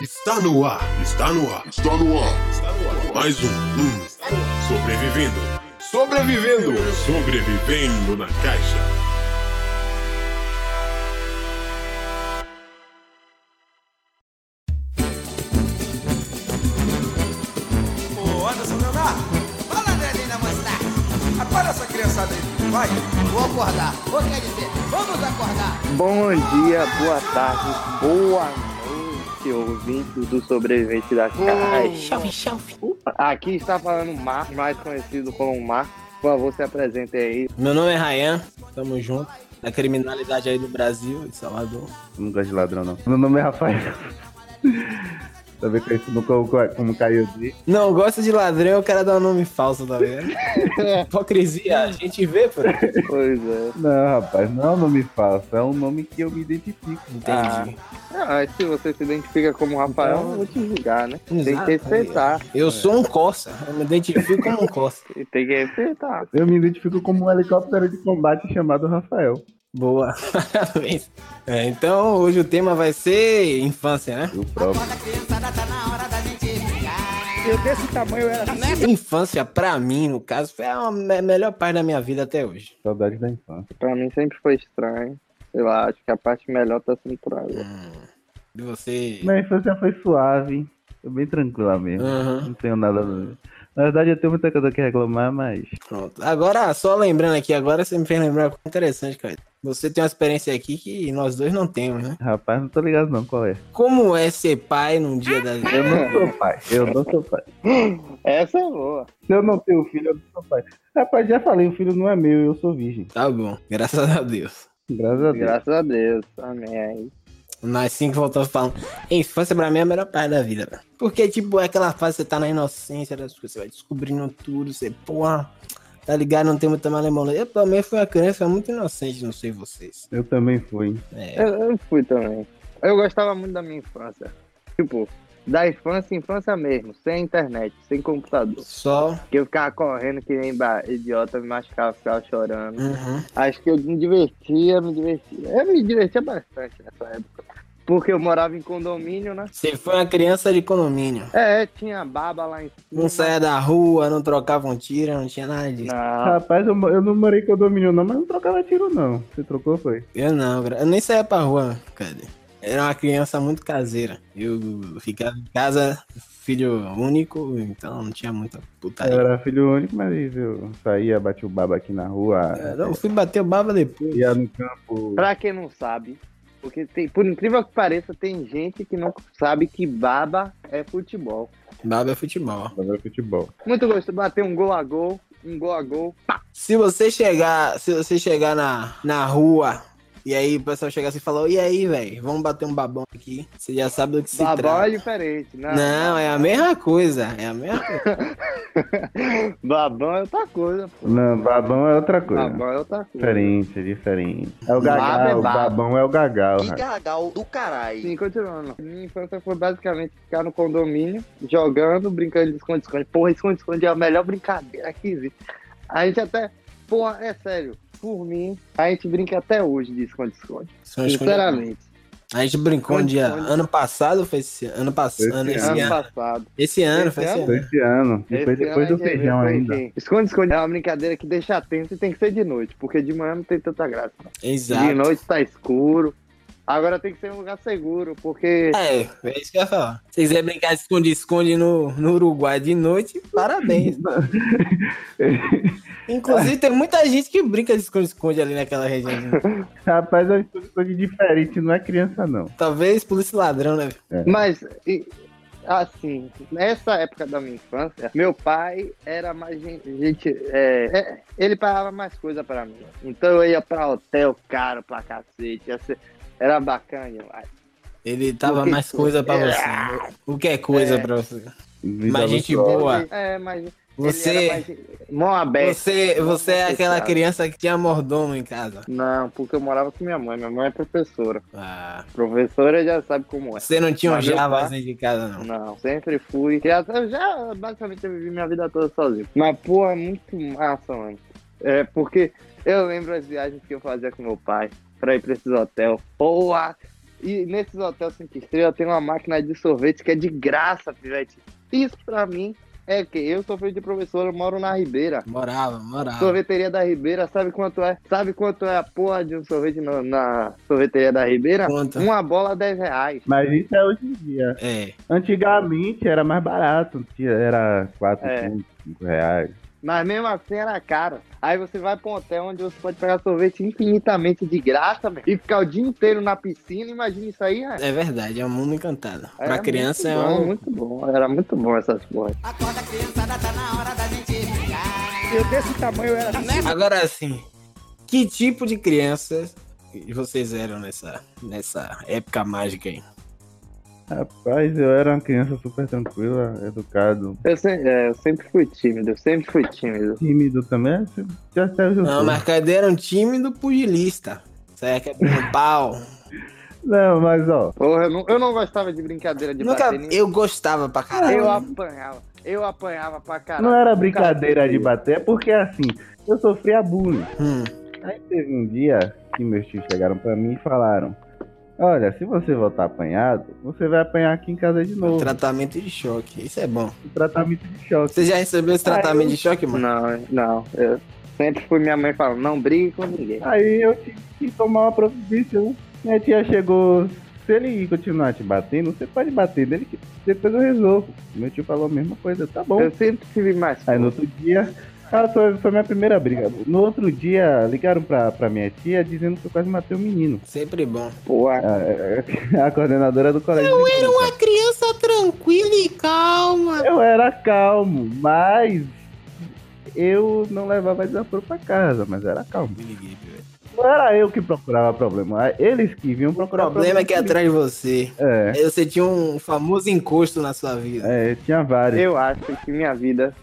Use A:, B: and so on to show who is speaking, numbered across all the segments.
A: Está no ar, está no ar,
B: Está no ar.
A: está no ar. Mais um, hum, sobrevivendo, sobrevivendo, sobrevivendo na caixa.
C: Ô Anderson Leonardo, fala dele na mocidade. Acorda essa criançada aí, vai.
D: Vou acordar. Ou quer dizer, vamos acordar.
E: Bom dia, boa tarde, boa noite, ouvintes do Sobrevivente da Caixa. Aqui está falando Marcos, mais conhecido como Marcos. Por favor, se apresente aí.
F: Meu nome é Rayan, tamo junto. Da criminalidade aí do Brasil, de Salvador.
G: Eu Não gosto de ladrão, não. Meu nome é Rafael. Tá Também conhecido como, como é? Caiodi.
F: Não, gosta de ladrão, o cara dá um nome falso, tá vendo? Hipocrisia, a gente vê, pô. Entendi.
E: Pois é.
G: Não, rapaz, não é um nome falso. É um nome que eu me identifico.
E: Ah, se você se identifica como Rafael, eu não vou te julgar, né? Tem
F: Exato. tá
E: que respeitar.
F: Eu sou um coça, eu me identifico como um coça.
E: E Tem que respeitar.
G: Eu me identifico como um helicóptero de combate chamado Rafael.
F: Boa, parabéns. É, então, hoje o tema vai ser infância, né?
G: Eu próprio.
C: Acorda criançada, tá na hora da gente brincar.
F: Infância, pra mim, no caso, foi a me- melhor parte da minha vida até hoje.
G: Saudade da infância.
E: Pra mim sempre foi estranho. Sei lá, acho que a parte melhor tá sendo por agora.
F: De você.
G: Minha infância foi suave. Foi bem tranquila mesmo.
F: Aham.
G: Não tenho nada. Na verdade, eu tenho muita coisa que reclamar, mas.
F: Pronto. Agora, só lembrando aqui, agora você me fez lembrar uma coisa interessante, cara. Você tem uma experiência aqui que nós dois não temos, né?
G: Rapaz, não tô ligado, não. Qual é?
F: Como é ser pai num dia das
G: Eu não sou pai. Eu não sou pai.
E: Essa é boa.
G: Se eu não tenho filho, eu não sou pai. Rapaz, já falei, o filho não é meu, eu sou virgem.
F: Tá bom, graças a Deus.
G: Graças a Deus.
E: Graças a Deus. Amém. Aí.
F: Nós cinco voltamos falando. Infância pra mim é a melhor parte da vida, velho. Porque, tipo, é aquela fase que você tá na inocência das coisas, você vai descobrindo tudo, você, porra, tá ligado? Não tem muita malemolência. Eu também fui uma criança muito inocente, não sei vocês.
G: Eu também fui. hein?
F: É,
E: Eu, eu fui também. Eu gostava muito da minha infância. Tipo, da infância, infância mesmo. Sem internet, sem computador.
F: só.
E: Que eu ficava correndo que nem ba- idiota, me machucava, ficava chorando.
F: Uhum.
E: Acho que eu me divertia, me divertia. Eu me divertia bastante nessa época. Porque eu morava em condomínio, né?
F: Você foi uma criança de condomínio.
E: É, tinha baba lá em cima.
F: Não saía da rua, não trocavam tiro, não tinha nada disso.
E: Não,
G: Rapaz, eu, mo- eu não morei em condomínio não, mas não trocava tiro não. Você trocou, foi?
F: Eu não, gra- eu nem saía pra rua, cara. Era uma criança muito caseira. Eu ficava em casa, filho único, então não tinha muita
G: Eu
F: putaria.
G: era filho único, mas eu saía, bati o baba aqui na rua,
F: Era- Eu fui bater o baba depois.
G: ia no campo.
E: pra quem não sabe, porque tem, por incrível que pareça, tem gente que não sabe que baba é futebol.
F: Baba é futebol.
G: Fazer futebol.
E: Muito gosto, bater um gol a gol, um gol a gol.
F: Se você chegar, se você chegar na, na rua e aí o pessoal chegar assim e falar, e aí, velho, vamos bater um babão aqui. Você já sabe do que se
E: Babão é
F: trata.
E: diferente, né?
F: Não, é a mesma coisa. É a mesma coisa.
E: Babão é outra coisa, pô.
G: Não, babão é outra coisa.
E: Babão é outra coisa.
G: Diferente, é diferente. É o
E: Baba
G: gagal,
E: é
G: o
E: baba.
G: babão é o gagal,
D: Que
G: rapaz.
D: gargal do caralho.
E: Sim, continuando. Minha infância foi basicamente ficar no condomínio, jogando, brincando de esconde-esconde. Porra, esconde-esconde é a melhor brincadeira que existe. A gente até. Porra, é sério. Por mim, a gente brinca até hoje de esconde-esconde.
F: Só esconde-
E: Sinceramente.
F: A gente brincou um dia.
E: Esconde-
F: Ano passado foi esse ano
G: Esse
F: passado. Esse
E: ano
F: ano.
E: passado.
F: Esse ano,
E: Esse
F: foi esse
E: ano?
G: Foi
F: ano.
G: esse ano. E foi
E: Esse
G: depois
E: ano
G: do
E: a gente
G: feijão
E: foi
G: ainda.
E: quem? Esconde-esconde é uma brincadeira que deixa atento e tem que ser de noite, porque de manhã não tem tanta graça.
F: Exato.
E: De noite tá escuro. Agora tem que ser um lugar seguro, porque.
F: É, é isso que eu ia falar. Se quiser brincar de esconde-esconde no, no Uruguai de noite, parabéns. Inclusive, tem muita gente que brinca de esconde-esconde ali naquela região.
G: Rapaz, é uma coisa diferente, não é criança não.
F: Talvez polícia e ladrão, né?
E: Mas, e- assim, nessa época da minha infância, meu pai era mais gen- gente. é, é, ele pagava mais coisa pra mim. Então eu ia pra hotel caro pra cacete. ia ser- Era bacana demais.
F: Ele tava
E: Porque-
F: mais coisa pra
E: É.
F: você. O que é coisa
E: É.
F: pra você?
G: Vida
F: Mas gente
G: luxuosa.
F: boa.
E: Ele- é, mas. ele era
F: Você,
E: mais- Mão aberta.
F: você, você é
E: Fechado.
F: aquela criança que tinha mordomo em casa.
E: Não, porque eu morava com minha mãe. Minha mãe é professora.
F: Ah,
E: Professora já sabe como é.
F: você não tinha um
E: Mas meu
F: java
E: pai-
F: assim de casa, não.
E: Não, sempre fui. Criança, Eu já basicamente eu vivi minha vida toda sozinho. Mas, pô, é muito massa, mano. É, porque eu lembro as viagens que eu fazia com meu pai pra ir pra esses hotel. Porra! E nesses hotéis 5 estrelas tem uma máquina de sorvete que é de graça, pivete. Isso pra mim é que eu sou filho de professor, eu moro na Ribeira.
F: Morava, morava.
E: Sorveteria da Ribeira, sabe quanto é? Sabe quanto é a porra de um sorvete no- na sorveteria da Ribeira?
F: Quanto?
E: Uma bola 10 reais.
G: Mas isso é hoje em dia.
F: É.
G: Antigamente era mais barato, tinha- era 4,
E: É.
G: 5, 5 reais.
E: Mas mesmo assim era caro. Aí você vai pra um hotel onde você pode pegar sorvete infinitamente de graça, meu, e ficar o dia inteiro na piscina, imagina isso aí, né?
F: É verdade, é um mundo encantado.
E: Era
F: Pra criança é
E: muito bom,
F: um.
E: muito bom, era muito bom essas porras.
C: Acorda, criançada, tá na hora da gente brincar.
D: Eu desse tamanho era assim.
F: Agora assim, que tipo de crianças vocês eram nessa, nessa época mágica aí?
G: Rapaz, eu era uma criança super tranquila, educado.
E: Eu, se- é, eu sempre fui tímido, eu sempre fui tímido.
G: Tímido também, se- já serve o
F: Não,
G: sou.
F: mas cadê era um tímido pugilista? Você é quebrando pau.
G: Não, mas ó,
E: Porra, eu não, eu não gostava de brincadeira de
F: Nunca,
E: bater ninguém.
F: eu gostava pra caralho.
E: Eu apanhava, eu apanhava pra caralho.
G: não é. era
E: Nunca
G: brincadeira de
E: apanhei.
G: bater, é porque assim, eu sofria bullying.
F: Hum,
G: Aí teve um dia que meus tios chegaram pra mim e falaram: Olha, se você voltar apanhado, você vai apanhar aqui em casa de novo.
F: tratamento de choque, isso é bom.
G: Um tratamento de choque.
F: Você já recebeu esse tratamento de choque, mano?
E: Não, não. Eu sempre fui minha mãe falando, não brigue com ninguém.
G: Aí eu tive que tomar uma providência. né? Minha tia chegou. Se ele continuar te batendo, você pode bater nele, que depois eu resolvo. Meu tio falou a mesma coisa, tá bom.
E: Eu sempre tive mais.
G: Aí no outro dia, ah, foi, foi minha primeira briga. No outro dia, ligaram pra, pra minha tia dizendo que eu quase matei um menino.
F: Sempre bom.
E: Porra.
G: A, a coordenadora do colégio. Eu era uma
F: criança tranquila e calma.
G: Eu era calmo, mas eu não levava desaforo pra casa, mas era calmo.
F: Me liguei, velho.
G: Não era eu que procurava problema, é eles que vinham
F: O
G: procurar
F: problema é que atrás de você,
G: É,
F: você tinha um famoso encosto na sua vida.
G: é, tinha vários.
E: Eu acho que minha vida,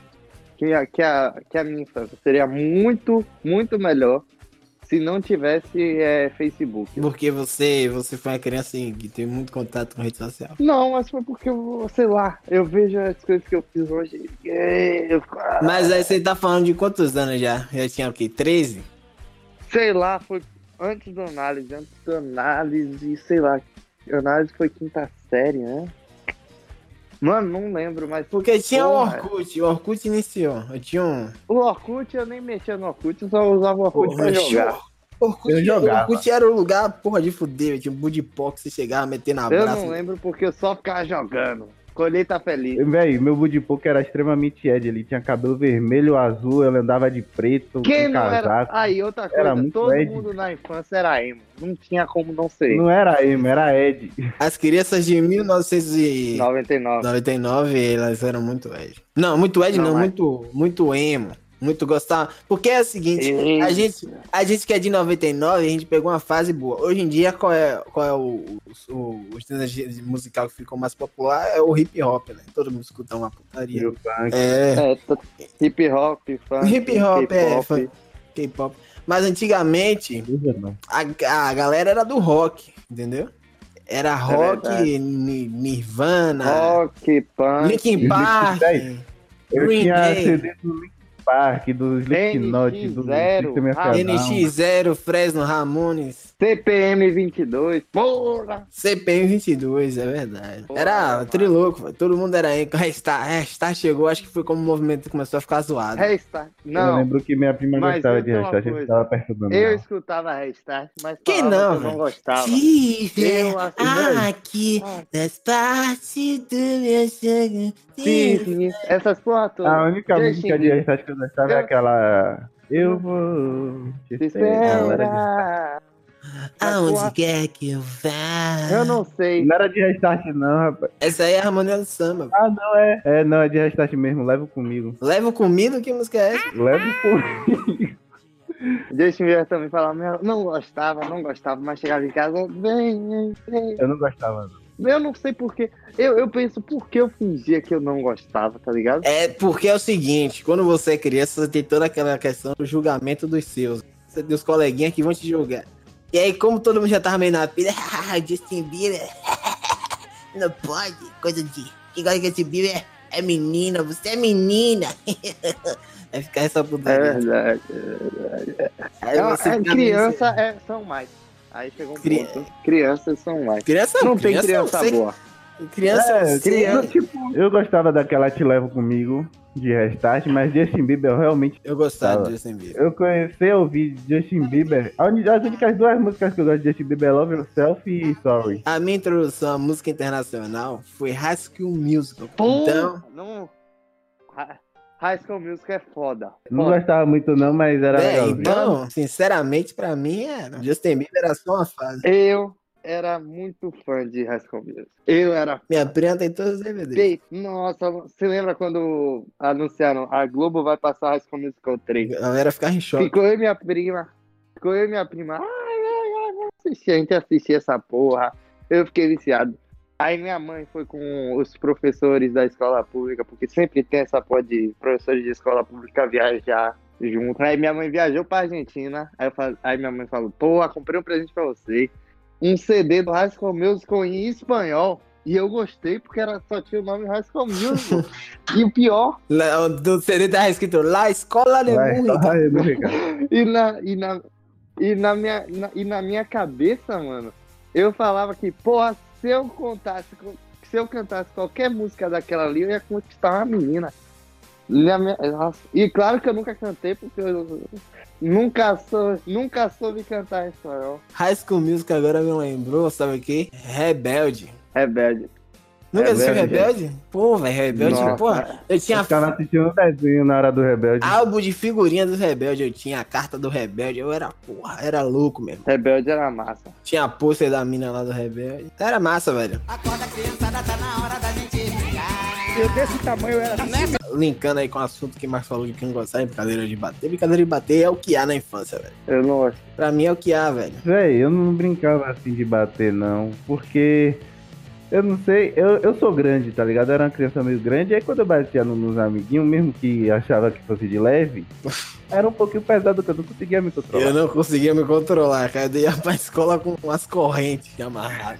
E: que a, que, a, que a minha infância seria muito, muito melhor se não tivesse é, Facebook.
F: Porque você, você foi uma criança assim, que teve muito contato com rede social.
E: Não, mas foi porque eu, sei lá, eu vejo as coisas que eu fiz hoje. é, eu fico, ah,
F: Mas aí você tá falando de quantos anos já? Já tinha o quê? 13?
E: sei lá, foi antes do análise, antes do análise, sei lá. Análise foi quinta série, né? Mano, não lembro, mas
F: Porque tinha o
E: Porra.
F: Orkut, o Orkut iniciou. Eu tinha um.
E: o Orkut eu nem mexia no Orkut, eu só usava o Orkut pra jogar.
F: um Orkut,
G: Eu jogava.
F: Orkut era o lugar, porra, de fuder. Tinha um budipó que você chegava metendo
E: Eu
F: abraço.
E: não lembro porque eu só ficava jogando. Colheita feliz.
G: Véi, meu budipoco era extremamente Ed, ele tinha cabelo vermelho, azul, eu andava de preto,
E: Quem
G: com
E: não era.
G: casaco.
E: Aí, outra
G: Era
E: coisa,
G: muito
E: todo
G: Ed.
E: mundo na infância era emo. Não tinha como não ser.
G: Não era emo, era Ed.
F: As crianças de 1999,
E: 99.
F: elas eram muito Ed. Não, muito Ed não,
E: Não, mas-
F: muito, muito emo. Muito gostava. Porque é o seguinte,
E: Isso.
F: a gente, a gente que é de 99, a gente pegou uma fase boa. Hoje em dia, qual é, qual é o, o, o, o estilo de- musical que ficou mais popular? É o hip hop, né? Todo mundo escuta uma putaria.
G: E o funk.
F: É,
E: É, t- hip hop, funk.
F: Hip hop, é,
E: K-pop.
F: funk. K-pop. Mas antigamente, a, a galera era do rock, entendeu? Era rock,
E: verdade.
F: Ni- Nirvana,
E: Rock, punk.
F: Linkin
G: Linkin
F: Park.
G: Park. Eu
F: Green
G: tinha
F: Day.
G: CD do Link Park, do Slipknot,
E: NX0,
G: do System um. of a Down.
F: NX0, Fresno, Ramones,
E: CPM 22. Porra!
F: CPM 22, é verdade.
E: Porra,
F: Era
E: mano.
F: trilouco, velho. todo mundo era em Restar, Restar chegou, acho que foi como o movimento começou a ficar zoado.
E: Restart.
G: Eu
E: Não,
G: lembro que minha prima
E: Mas
G: gostava
E: eu
G: de
E: tenho uma
G: restart, a gente
E: coisa.
G: tava perto do
E: eu
G: Manaus.
E: escutava Restart, mas
F: Que
E: falava
F: não,
E: que eu não
F: velho.
E: gostava.
F: Tive
E: Eu, assim,
F: é aqui
E: Ah.
F: das partes do meu sangue.
E: Cisne, essas porra todas.
G: A única
E: Justin
G: música de
E: Bieber.
G: restart que eu gostava é
E: Eu-
G: aquela... Eu vou te
E: Se
G: esperar. Não era de-
E: espera.
F: Aonde quer que eu
G: Ah,
F: vá.
E: tá Eu não sei.
G: Não era de restart não, rapaz.
F: Essa aí é a harmonia do samba.
G: Ah, não, é. É, não, é de restart mesmo. Levo comigo.
F: Leva comigo, que música é essa?
G: Levo comigo.
E: Justin Bieber também falava, "Meu, não gostava, não gostava, mas chegava em casa, vem, vem,
G: Eu não gostava. não.
E: vem. Eu não sei porquê. Eu, eu penso, por que eu fingia que eu não gostava, tá ligado?
F: É porque é o seguinte, quando você é criança, você tem toda aquela questão do julgamento dos seus. Você tem os coleguinhas que vão te julgar. E aí, como todo mundo já tava meio na pilha, "Ah, Justin Bieber, não pode, coisa de... Quem gosta de Justin Bieber é- é menina, você é menina. Vai ficar essa
E: É
F: putaria.
E: verdade.
F: Aí
E: É,
F: você
E: é,
F: fica meio-
E: criança é, são mais. Aí chegou um
F: Cri-
E: ponto. Crianças são mais.
F: Criança é um
E: Não tem
F: criança,
E: criança boa.
F: Criança, um
G: É,
F: sei-
G: criança, Eu gostava daquela Te Levo Comigo, de Restart, mas Justin Bieber eu realmente...
F: Eu gostava
G: Ah.
F: de Justin Bieber.
G: Eu comecei a ouvir Justin Bieber... A uni- As únicas duas músicas que eu gosto de Justin Bieber é Love Yourself e Sorry.
F: A minha introdução à música internacional foi High School Musical.
E: Pô,
F: Então,
E: não. Hi- High School Music é foda.
G: Não
E: Foda.
G: gostava muito não, mas era
F: é,
G: Tá legal.
F: então, sinceramente, pra mim, era. Justin Bieber era só uma fase.
E: Eu era muito fã de High School Music. Eu era.
F: Minha prima tem todos os DVDs.
E: Pe- Nossa, você lembra quando anunciaram a Globo vai passar High School Musical 3?
F: A galera ficava em choque.
E: Ficou eu e minha prima. Ficou eu e minha prima. Ai, ai, ai, vamos assistir. A gente assistia essa porra. Eu fiquei viciado. Aí minha mãe foi com os professores da escola pública, porque sempre tem essa porra de professores de escola pública viajar junto. Aí minha mãe viajou pra Argentina. Aí, eu fal- aí minha mãe falou: Pô, comprei um presente pra você. Um CD do High School Musical em espanhol. E eu gostei porque era, só tinha o nome High School Musical. e o pior,
F: Lá, do CD tava escrito La Escola de
G: Vai,
F: Música.
G: Sorry, não fica.
E: E na, e na, e na, minha, na- e na minha cabeça, mano, eu falava que, porra, se eu contasse, com- se eu cantasse qualquer música daquela ali, eu ia conquistar uma menina. Na minha- nossa, E claro que eu nunca cantei, porque eu nunca, sou, nunca soube cantar em espanhol.
F: High School Musical agora me lembrou, sabe o quê? Rebelde.
E: Rebelde.
F: Nunca assistiu
G: Rebelde.
F: Rebelde? Pô, velho, Rebelde,
E: Nossa.
F: porra. Eu
G: Eu
F: tinha
G: ficava assistindo o um desenho na hora do Rebelde.
F: álbum de figurinha dos Rebelde, eu tinha a carta do Rebelde, eu era, porra, era louco mesmo.
E: Rebelde era massa.
F: Tinha a pôster da mina lá do Rebelde. Era massa, velho.
C: Acorda, criançada, tá na hora da gente brincar.
D: Eu desse tamanho era.
F: Linkando aí com o assunto que mais falou de quem gostava de brincadeira de bater. Brincadeira de bater é o que há na infância, velho.
E: Eu não gosto.
F: Pra mim é o que há, velho.
G: Véi, eu não brincava assim de bater, não. Porque eu não sei, eu, eu sou grande, tá ligado? Eu era uma criança meio grande. Aí quando eu batia no- nos amiguinhos, mesmo que achava que fosse de leve, era um pouquinho pesado que eu não conseguia me
F: Eu
G: controlar.
F: não conseguia me controlar, cara. Eu ia pra escola com umas correntes amarradas.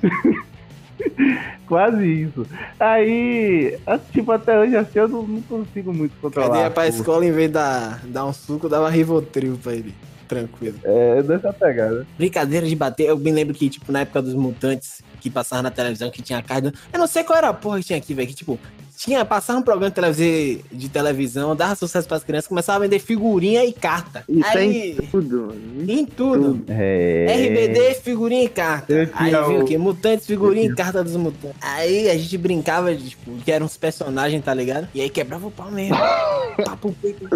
G: Quase isso. Aí, a- tipo, até hoje assim eu não, não consigo muito
F: Eu
G: controlar. Tipo,
F: ia pra
G: pô.
F: escola em vez de dar, dar um suco, eu dava rivotril pra ele. Tranquilo.
G: É, dessa pegada.
F: Brincadeira de bater, eu me lembro que, tipo, na época dos mutantes que passavam na televisão, que tinha a carta. Eu não sei qual era a porra que tinha aqui, velho. Que, tipo, tinha, passava um programa de televisão, de televisão, dava sucesso pras crianças, começava a vender figurinha e carta.
E: E
F: Aí,
E: tem tudo. mano.
F: em tudo.
G: É.
F: RBD, figurinha e carta.
G: Eu
F: Aí
G: tinha
F: viu
G: o-
F: o quê? Mutantes, figurinha e carta dos mutantes. Aí a gente brincava, de, tipo, que eram uns personagens, tá ligado? E aí quebrava o pau mesmo. Papo peito.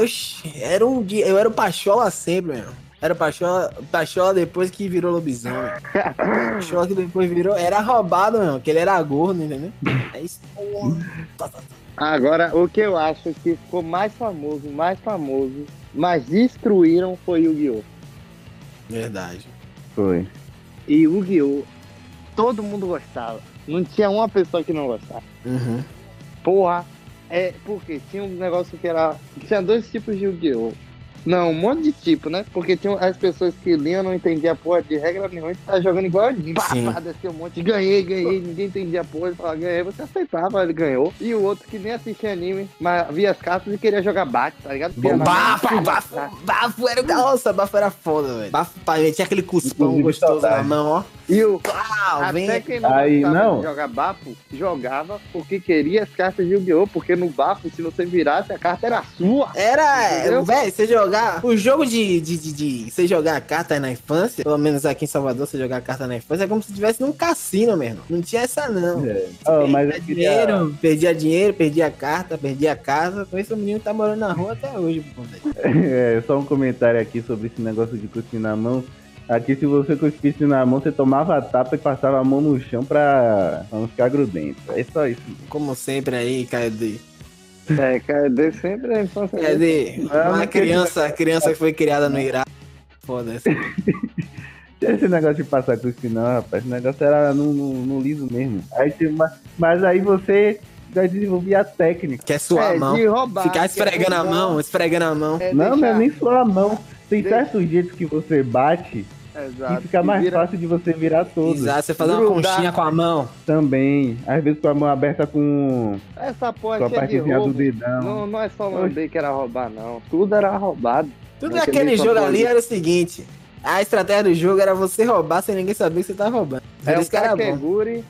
F: Oxi, era um dia. Eu era o Pachola sempre, meu. Era o Pachola, Pachola depois que virou lobisomem. O Pachola que depois virou. Era roubado, meu. Que ele era gordo, entendeu? É isso. Tá, tá, tá.
E: Agora, o que eu acho que ficou mais famoso, mais famoso, mas destruíram foi Yu-Gi-Oh!
F: Verdade.
G: Foi.
E: E o Yu-Gi-Oh! Todo mundo gostava. Não tinha uma pessoa que não gostava.
F: Uhum.
E: Porra! É, porque tinha um negócio que era. Tinha dois tipos de Yu-Gi-Oh! Não, um monte de tipo, né? Porque tinha as pessoas que liam, não entendia porra de regra nenhuma, e tava jogando igual a mim. Pá,
F: Sim.
E: pá, desceu um monte. Ganhei, ganhei, ninguém entendia porra, ele falava, ganhei, você aceitava, ele ganhou. E o outro que nem assistia anime, mas via as cartas e queria jogar bate, tá ligado? Pia na mão, pá,
F: Bafo,
E: pá.
F: bafo, bafo era o Nossa, bafo era foda, velho. Bafo, pai, tinha aquele cuspão
G: Inclusive,
F: gostoso na
G: saudade.
F: mão, ó.
E: E o,
F: Ah,
E: Até
F: vem.
E: quem não
G: Aí,
E: gostava
G: não.
E: de jogar bafo, jogava porque queria as cartas de Yu-Gi-Oh! Porque no bafo, se você virasse, a carta era sua.
F: Era,
E: Entendeu?
F: velho, você jogar. O jogo de, de, de, de você jogar carta na infância, pelo menos aqui em Salvador, você jogar carta na infância, é como se estivesse num cassino, meu irmão. Não tinha essa, não.
G: É. Ah, mas eu
F: perdia
G: queria...
F: dinheiro, perdia dinheiro, perdia carta, perdia casa. Com isso, o menino tá morando na rua até hoje, pô, velho.
G: É, só um comentário aqui sobre esse negócio de cuspir na mão. Aqui, se você cuspisse na mão, você tomava a tapa e passava a mão no chão pra, pra não ficar grudento. É só isso.
F: Como sempre aí, cadê?
E: É, cara, eu sempre é a infância.
F: Cadê?
G: Ah,
F: Uma
G: mas
F: criança, criança que foi criada no Iraque. Foda-se.
G: Esse negócio de passar cuspe não, rapaz. O negócio era no, no- no liso mesmo. Aí, tinha uma- mas aí você já desenvolvia a técnica.
F: Quer suar a
E: É,
F: mão.
E: de roubar.
F: Ficar
E: que
F: esfregando
E: é
F: a
E: roubar,
F: mão, esfregando a mão.
E: é
G: não, não é
E: deixar-
G: nem só a mão. Tem
E: Deixa.
G: certos jeitos que você bate
E: Exato.
G: e fica mais
E: vira-
G: fácil de você virar todos.
F: Exato, você fazer uma
E: Grudar.
F: conchinha com a mão.
G: Também. Às vezes com a mão aberta com,
E: Essa
G: com
E: porra
G: a
E: é cheia de
G: partezinha do
E: roubo.
G: dedão.
E: Não, não é só lamber que era roubar, não. Tudo era roubado.
F: Tudo
E: Não, que
F: aquele
E: nem
F: jogo
E: só
F: ali
E: pode-
F: era o seguinte. A estratégia do jogo era você roubar sem ninguém saber que você tá roubando. Por
E: É
F: isso
E: um
F: que era
E: cara que
F: bom.
E: é guri.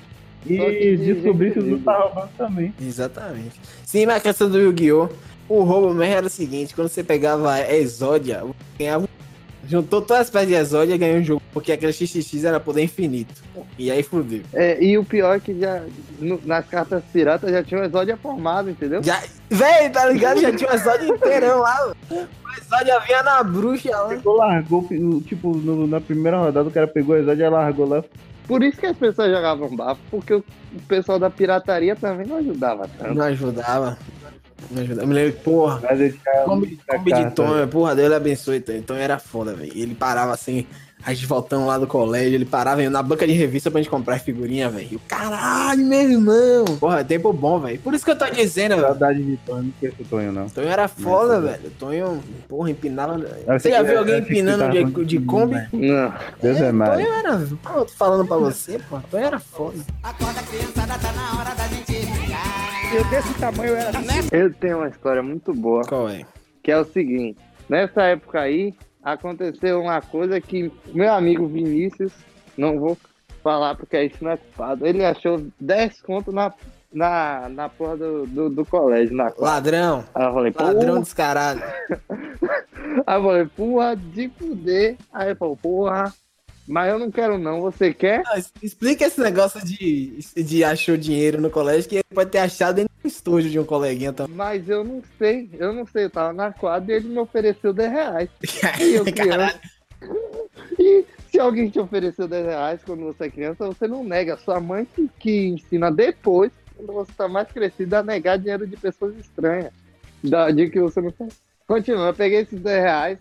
E: Só
G: E
E: que de
G: descobrir
E: jeito
G: que o Dudu
E: livre.
G: tá roubando também.
F: Exatamente. Sim, mas a questão do Yu-Gi-Oh! O roubo mesmo era o seguinte, quando você pegava a Exódia, você ganhava um- Juntou todas as peças de Exódia e ganhou o jogo, porque aquele XXX era poder infinito. E aí fudeu.
E: É, e o pior é que já, no- nas cartas piratas já tinha um exódio formado, entendeu?
F: Já, véi, tá ligado? Já tinha o Exódia inteirão lá. mano. O Exódia vinha na bruxa lá.
G: Pegou, largou, tipo, no- na primeira rodada o cara pegou a exódia e largou lá.
E: Por isso que as pessoas jogavam bafo, porque o o pessoal da pirataria também não ajudava tanto.
F: Não ajudava. Não ajudava. Eu me lembro, que, porra,
G: Mas ele tinha
F: Kombi,
G: muita
F: Kombi de
G: carta.
F: Tom, é, porra, Deus lhe abençoe, então. Então era foda, velho. Ele parava assim, a gente voltando lá do colégio, ele parava eu, na banca de revista pra gente comprar as figurinhas, velho. Caralho, meu irmão! Porra, tempo bom, velho. Por isso que eu tô dizendo, velho.
G: Saudade de Tonho, não esqueço o Tonho, não.
F: Tonho era foda,
G: Nossa,
F: velho. Tonho, porra, empinava.
G: Eu
F: Você
G: achei
F: já
G: que- é,
F: viu alguém
G: eu achei que
F: empinando
G: tava
F: de,
G: falando
F: de
G: de mim,
F: Kombi?
G: velho.
E: Não.
G: Deus é mais.
F: Tonho era. Pô, eu tô falando pra você, pô. Tonho era foda.
C: Acorda, criançada, tá na hora da gente brincar.
B: Eu desse tamanho era assim.
E: Eu tenho uma história muito boa,
F: Qual é?
E: que é o seguinte. Nessa época aí, aconteceu uma coisa que meu amigo Vinícius, não vou falar porque isso não é culpado, ele achou 10 conto na, na, na porra do, do, do colégio, na quadra.
F: Ladrão.
E: Aí eu falei,
F: Ladrão
E: porra,
F: descarado.
E: aí eu falei, porra de fuder. Aí ele falou, porra, mas eu não quero não, você quer?
F: Ah, es- Explica esse negócio de, de achou dinheiro no colégio, que ele pode ter achado dentro do estúdio de um coleguinha também.
E: Mas eu não sei, eu não sei, eu tava na quadra e ele me ofereceu 10 reais. E eu criança. E se alguém te ofereceu 10 reais quando você é criança, você não nega. Sua mãe que, que ensina depois, quando você tá mais crescido, a negar dinheiro de pessoas estranhas. Da, de que você não tem. Continua, eu peguei esses 10 reais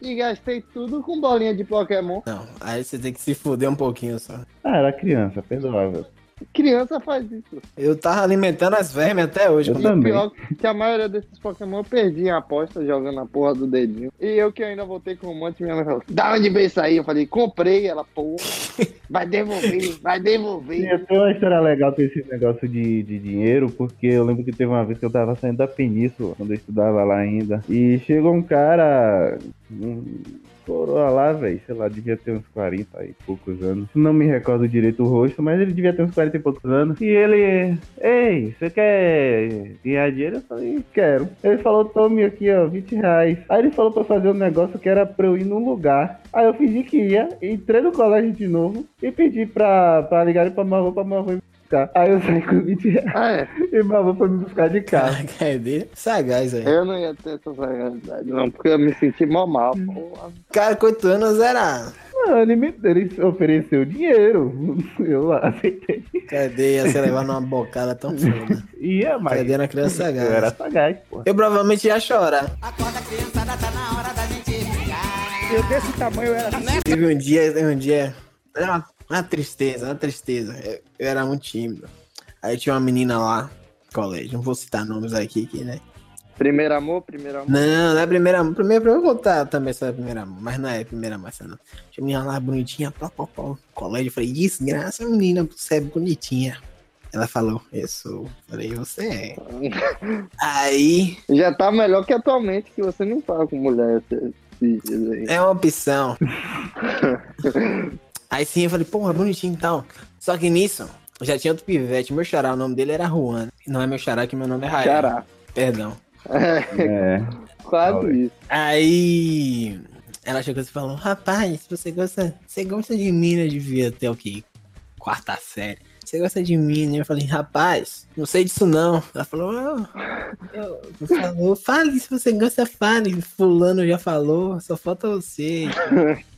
E: e gastei tudo com bolinha de Pokémon.
F: Não, aí você tem que se fuder um pouquinho só.
G: Ah, era criança, perdoável.
E: Criança faz isso.
F: Eu tava alimentando as vermes até hoje.
G: Eu
F: quando-
G: também.
E: Pior que a maioria desses Pokémon eu perdi a aposta jogando a porra do dedinho. E eu que ainda voltei com um monte, minha mãe falou, da onde veio isso aí? Eu falei, comprei, ela, porra, vai devolver, vai
G: Sim,
E: devolver.
G: eu tenho uma história legal com esse negócio de, de dinheiro, porque eu lembro que teve uma vez que eu tava saindo da península, quando eu estudava lá ainda. E chegou um cara. Um coroa lá, velho, sei lá, devia ter uns 40 e poucos anos. Não me recordo direito o rosto, mas ele devia ter uns 40 e poucos anos. E ele. Ei, você quer ganhar dinheiro? Eu falei, quero. Ele falou, tome aqui, ó, 20 reais. Aí ele falou pra fazer um negócio que era pra eu ir num lugar. Aí eu fingi que ia, entrei no colégio de novo e pedi pra, pra ligarem pra minha avó, pra minha avó me buscar. Aí eu saí com 20 reais
E: Ah, é,
G: e minha avó foi me buscar de casa.
F: Caraca, é dele. Sagaz aí.
E: eu não ia ter essa realidade, não, porque eu me senti mó mal, porra.
F: Cara, com oito anos era.
G: Mano, ele, me, ele ofereceu dinheiro. Eu aceitei.
F: Cadê? Ia ser levar numa bocada tão foda.
G: Ia, mas
F: Cadê na criança
G: eu era
F: sagaz?
G: sagaz, pô.
F: Eu provavelmente ia chorar.
C: Acorda, criançada, tá na hora da gente é brincar.
B: Eu desse tamanho era assim.
F: Teve um dia, teve um dia. Era uma, uma tristeza, uma tristeza. Eu, eu era muito tímido. Aí tinha uma menina lá, colégio, não vou citar nomes aqui, que, né?
E: Primeiro amor, primeiro amor.
F: Não, não é a primeira mão. Primeiro, primeiro eu vou contar também essa primeira mão, mas não é a primeira mão, essa não. Tinha uma menina lá bonitinha, pó, pó, pó, no colégio. Eu falei, desgraça, menina, você é bonitinha. Ela falou, eu sou. Eu Falei, você é. Aí,
E: Já tá melhor que atualmente, que você não fala com mulher esses esses dias aí.
F: É uma opção. aí sim, eu falei, porra, bonitinho e tal. Só que nisso, já tinha outro pivete, meu xará, o nome dele era Juan. Não é meu xará, que meu nome é Rael.
E: Xará.
F: Perdão.
G: É.
E: Quase isso.
F: Aí, ela chegou e falou, rapaz, você gosta, você gosta de mim, né? Devia ter o quê? Quarta série. Você gosta de mim, né? Eu falei, rapaz, não sei disso não. Ela falou, "Ah, eu, eu falou, fale, se você gosta, fale. Fulano já falou, só falta você.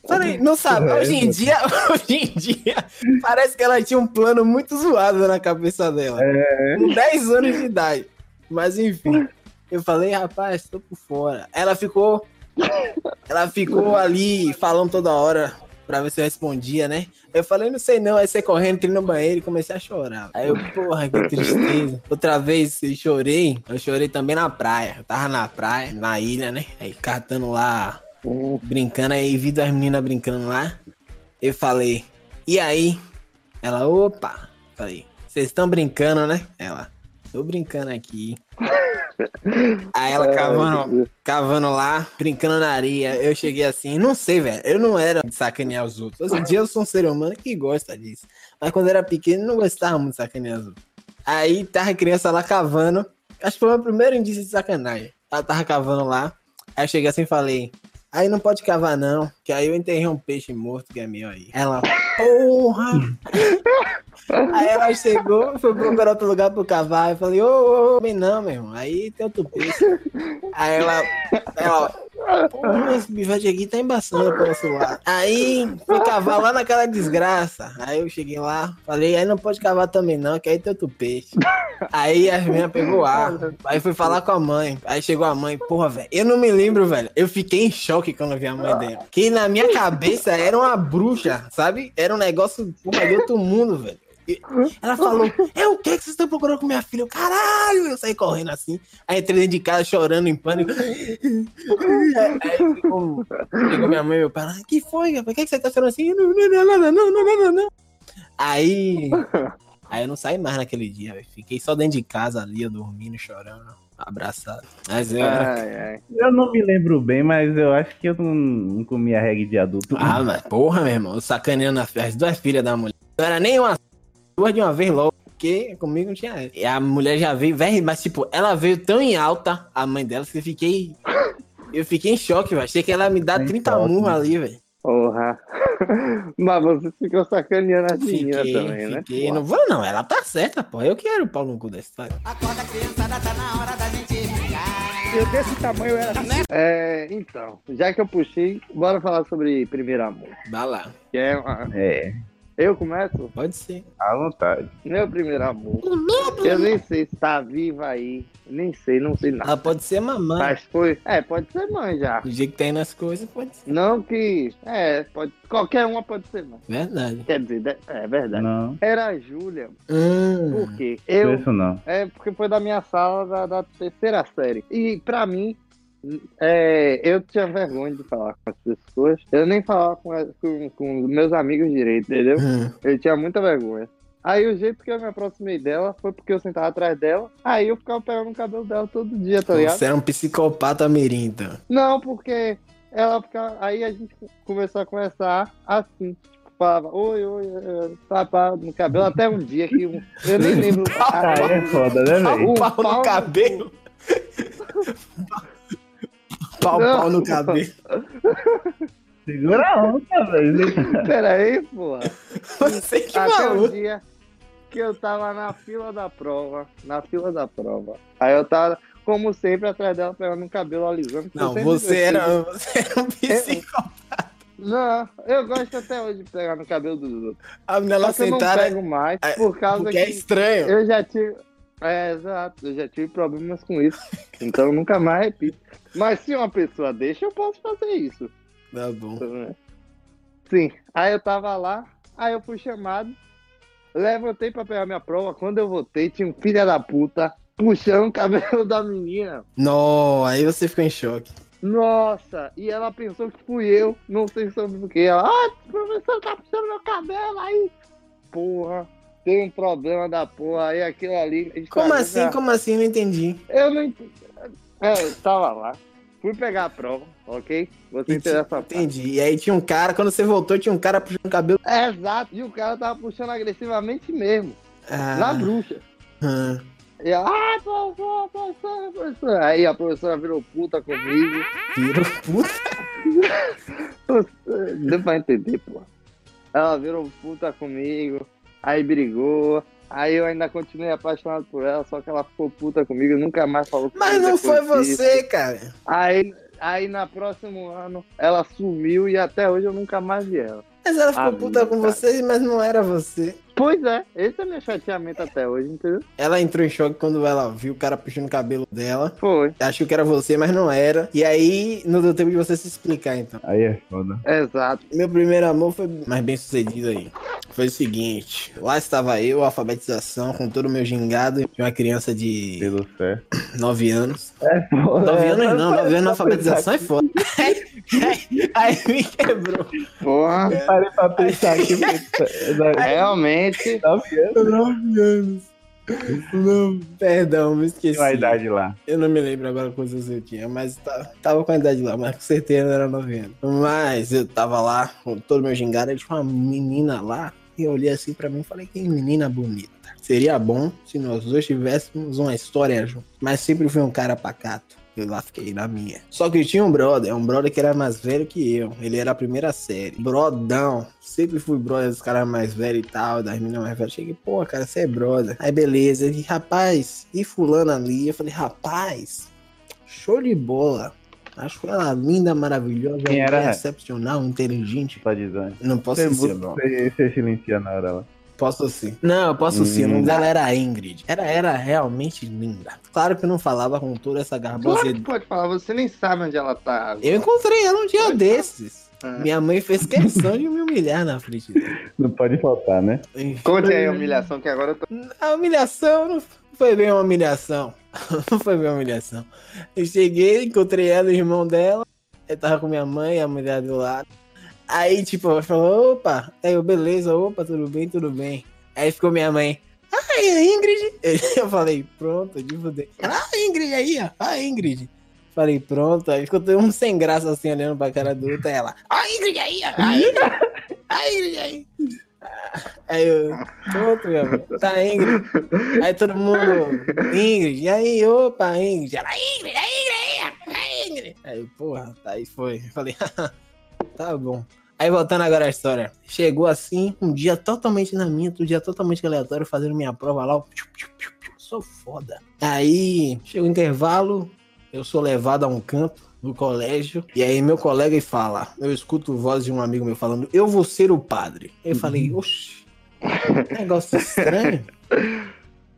F: Falei, não sabe. Hoje em dia, hoje em dia, parece que ela tinha um plano muito zoado na cabeça dela. Com 10 anos de idade. Mas enfim, eu falei, rapaz, tô por fora. Ela ficou. Ela ficou ali falando toda hora pra ver se eu respondia, né? Eu falei, não sei não. Aí você correndo, entrei no banheiro e comecei a chorar. Aí eu, porra, que tristeza. Outra vez eu chorei, eu chorei também na praia. Eu tava na praia, na ilha, né? Aí catando lá brincando aí, vi duas meninas brincando lá. Eu falei, e aí? Ela, opa! Falei, vocês estão brincando, né? Ela, tô brincando aqui. Aí ela cavando, cavando lá, brincando na areia. Eu cheguei assim, não sei, velho. Eu não era de sacanear os outros. Hoje em dia eu sou um ser humano que gosta disso. Mas quando eu era pequeno, não gostava muito de sacanear os outros. Aí tava a criança lá cavando. Acho que foi o meu primeiro indício de sacanagem. Ela tava cavando lá. Aí eu cheguei assim e falei. Aí não pode cavar, não. Que aí eu enterrei um peixe morto que é meu aí. Ela, porra! Aí ela chegou, foi procurar outro lugar pro cavalo. Eu falei, ô, ô, ô, bem não, meu irmão. Aí tem outro peixe. Aí ela, ela porra, esse bivete aqui tá embaçando pelo celular. Aí fui cavar lá naquela desgraça. Aí eu cheguei lá, falei, aí não pode cavar também não, que aí tem outro peixe. Aí as meninas pegou ar. Aí fui falar com a mãe. Aí chegou a mãe, porra, velho. Eu não me lembro, velho. Eu fiquei em choque quando eu vi a mãe dela. Que na minha cabeça era uma bruxa, sabe? Era um negócio porra, de outro mundo, velho. E Ela falou, é o que que vocês estão procurando com minha filha? Eu, Caralho! Eu saí correndo assim. Aí entrei dentro de casa chorando em pânico. Aí ficou, ficou minha mãe e meu pai. lá, Que foi, rapaz? Por que que você tá chorando assim? Não, não, não, não, não, não, não, não, não. Aí. Aí eu não saí mais naquele dia, velho. Fiquei só dentro de casa ali, eu dormindo, chorando, abraçado. Mas é, né? eu era.
E: Ai, ai.
G: Eu não me lembro bem, mas eu acho que eu não, não comia reggae de adulto.
F: Ah, mas porra, meu irmão. Eu sacaneando as, as duas filhas da mulher. Não era nem uma duas de uma vez logo. Porque comigo não tinha. essa. E a mulher já veio, velho, mas tipo, ela veio tão em alta, a mãe dela, que eu fiquei. Eu fiquei em choque, velho. Achei que ela ia me dar
G: Em
F: 30
G: choque,
F: murros
G: né?
F: ali, velho.
E: Porra. Mas você ficou sacaneando as meninas
F: Fiquei,
E: também, né?
F: fiquei. Não vou, não. Ela tá certa, pô. Eu quero o pau no cu desse, vai.
C: Acorda, criançada, tá na hora da gente brincar.
B: Eu desse tamanho era assim.
E: É, então, já que eu puxei, bora falar sobre primeiro amor.
F: Vai lá.
E: Que é uma-
G: É,
E: Eu começo?
F: Pode ser.
G: à vontade.
E: Meu primeiro amor. Eu nem sei se tá viva aí. Nem sei, não sei nada.
F: Ela pode ser mamãe.
E: Mas foi. É, pode ser mãe já.
F: Do jeito que tá indo as coisas, pode ser.
E: Não que. É, pode. Qualquer uma pode ser mãe.
F: Verdade.
E: Quer dizer, de- é verdade.
G: Não,
E: Era a Júlia,
F: Hum.
E: por quê?
G: eu...
E: Eu.
G: isso não.
E: É porque foi da minha sala da, da terceira série. E pra mim. é, eu tinha vergonha de falar com as pessoas. Eu nem falava com, as- com, com meus amigos direito, entendeu?
F: Hum.
E: Eu tinha muita vergonha. Aí o jeito que eu me aproximei dela foi porque eu sentava atrás dela. Aí eu ficava pegando o cabelo dela todo dia, tá ligado?
F: Você era um psicopata mirim, então.
E: Não, porque ela ficava. Aí a gente começou a conversar assim. Tipo, falava, oi, oi, oi, pá, pá, no cabelo. Até um dia que um- eu nem lembro.
G: Ah, é foda, né, velho?
E: Um
F: pau,
E: pau
F: no
E: no-
F: cabelo. pau,
E: Não.
F: pau no cabelo.
G: Segura a onda, velho.
E: Pera aí, porra.
F: Você que
E: Até um
F: maluco.
E: dia que eu tava na fila da prova. Na fila da prova. Aí eu tava, como sempre, atrás dela, pegando o cabelo alisando. porque eu
F: Não,
E: sempre
F: você
E: gostei de-
F: era, você
E: É,
F: era um psicopata.
E: Não, eu gosto até hoje de pegar no cabelo dos outros.
F: A menina
E: Só
F: lá
E: que eu não
F: sentada
E: pego mais
F: é,
E: por causa
F: porque é
E: que
F: estranho.
E: eu já tive. É, exato, eu já tive problemas com isso. Então eu nunca mais repito. Mas se uma pessoa deixa, eu posso fazer isso.
F: Tá bom.
E: né? Sim. Aí eu tava lá, aí eu fui chamado, levantei pra pegar minha prova. Quando eu voltei, tinha um filho da puta puxando o cabelo da menina.
F: Não, aí você ficou em choque.
E: Tá, Nossa, e ela pensou que fui eu, não sei sobre o que. Ela, ah, o professor tá puxando meu cabelo aí. Porra, tem um problema da porra aí, aquilo ali. a gente
F: Como
E: tá-
F: assim, como assim? Não entendi.
E: Eu não entendi. É, eu tava lá, fui pegar a prova, ok? Você entendeu essa parte.
F: Entendi. E aí tinha um cara, quando você voltou, tinha um cara puxando o cabelo.
E: É, exato, e o cara tava puxando agressivamente mesmo,
F: Ah,
E: na bruxa.
F: hum.
E: E ela, ah, professor, professor, professor. Aí a professora virou puta comigo.
F: Piro, puta.
E: Deu pra entender, pô. Ela virou puta comigo, aí brigou, aí eu ainda continuei apaixonado por ela, só que ela ficou puta comigo e nunca mais falou comigo.
F: Mas não foi
E: depois disso.
F: você, cara.
E: Aí, aí na próximo ano ela sumiu e até hoje eu nunca mais vi ela.
F: Mas ela ficou
E: Ah,
F: puta com
E: cara.
F: você, mas não era você.
E: Pois é, esse é meu chateamento até hoje, entendeu?
F: Ela entrou em choque quando ela viu o cara puxando o cabelo dela.
E: Foi,
F: Achou que era você, mas não era. E aí, não deu tempo de você se explicar, então.
G: Aí é foda.
E: exato.
F: Meu primeiro amor foi mais bem sucedido aí. Foi o seguinte: lá estava eu, alfabetização, com todo o meu gingado, de uma criança de
G: Pelo certo.
F: 9 anos.
G: É foda.
F: Nove
G: é,
F: anos
G: mas
F: não, nove
G: parei
F: anos na
G: pra
F: alfabetização é foda. Aí me quebrou.
E: Porra,
G: pensar-
F: É,
G: Parei pra pensar aqui. porque-
E: realmente.
G: Nove anos.
F: Nove anos. Não, perdão, me esqueci.
G: Tinha a idade lá.
F: Eu não me lembro agora quantos anos eu tinha, é, mas ta- tava com a idade lá, mas com certeza não era 9 anos. Mas eu tava lá com todo meu gingado, tinha uma menina lá, e eu olhei assim pra mim e falei, que menina bonita. Seria bom se nós dois tivéssemos uma história juntos, mas sempre fui um cara pacato. Eu lá fiquei na minha. Só que tinha um brother, um brother que era mais velho que eu. Ele era a primeira série. Brodão. Sempre fui brother dos caras mais velhos e tal, das meninas mais velhas. Cheguei, pô, cara, você é brother. Aí beleza. Ele, rapaz, e fulano ali? Eu falei, rapaz, show de bola. Acho ela é linda, maravilhosa,
G: Quem era?
F: excepcional, inteligente.
G: Tá dizendo.
F: Não posso
G: Você,
F: ser, não.
G: você, você silencia na hora lá.
F: Posso sim. Não, eu posso sim. O nome
G: Hum.
F: dela era Ingrid. Ela era realmente linda. Claro que eu não falava com toda essa
E: Claro que
F: garbosidade.
E: pode falar, você nem sabe onde ela tá.
F: Eu encontrei ela um dia desses.
E: Ah.
F: Minha mãe fez questão de me humilhar na frente dela.
G: Não pode faltar, né?
E: Conte aí a humilhação que agora eu tô.
F: A humilhação não foi bem uma humilhação. Não foi bem uma humilhação. Eu cheguei, encontrei ela, o irmão dela. Eu tava com minha mãe, a mulher do lado. Aí, tipo, ela falou, opa. Aí eu, beleza, opa, tudo bem, tudo bem. Aí ficou minha mãe, ah, é a Ingrid. Eu falei, pronto, de fuder. Ela, ah, Ingrid aí, ó, ah, Ingrid. Falei, pronto. Aí ficou todo mundo sem graça, assim, olhando pra cara do outro. Aí ela, ah, Ingrid aí, ó, ah, Ingrid, ah, Ingrid aí. Aí eu, pronto, meu amor, tá Ingrid. Aí todo mundo, Ingrid, e aí, opa, Ingrid. Ela, Ingrid, a Ingrid, aí, a Ingrid. Aí, porra, aí foi. Falei, tá bom. Aí voltando agora à história. Chegou assim, um dia totalmente na minha, outro dia totalmente aleatório, fazendo minha prova lá. eu, piu, piu, piu, piu, Sou foda. Aí, chega o intervalo, eu sou levado a um canto no colégio, e aí meu colega fala, eu escuto voz de um amigo meu falando, eu vou ser o padre. Eu falei, oxi, Um negócio estranho.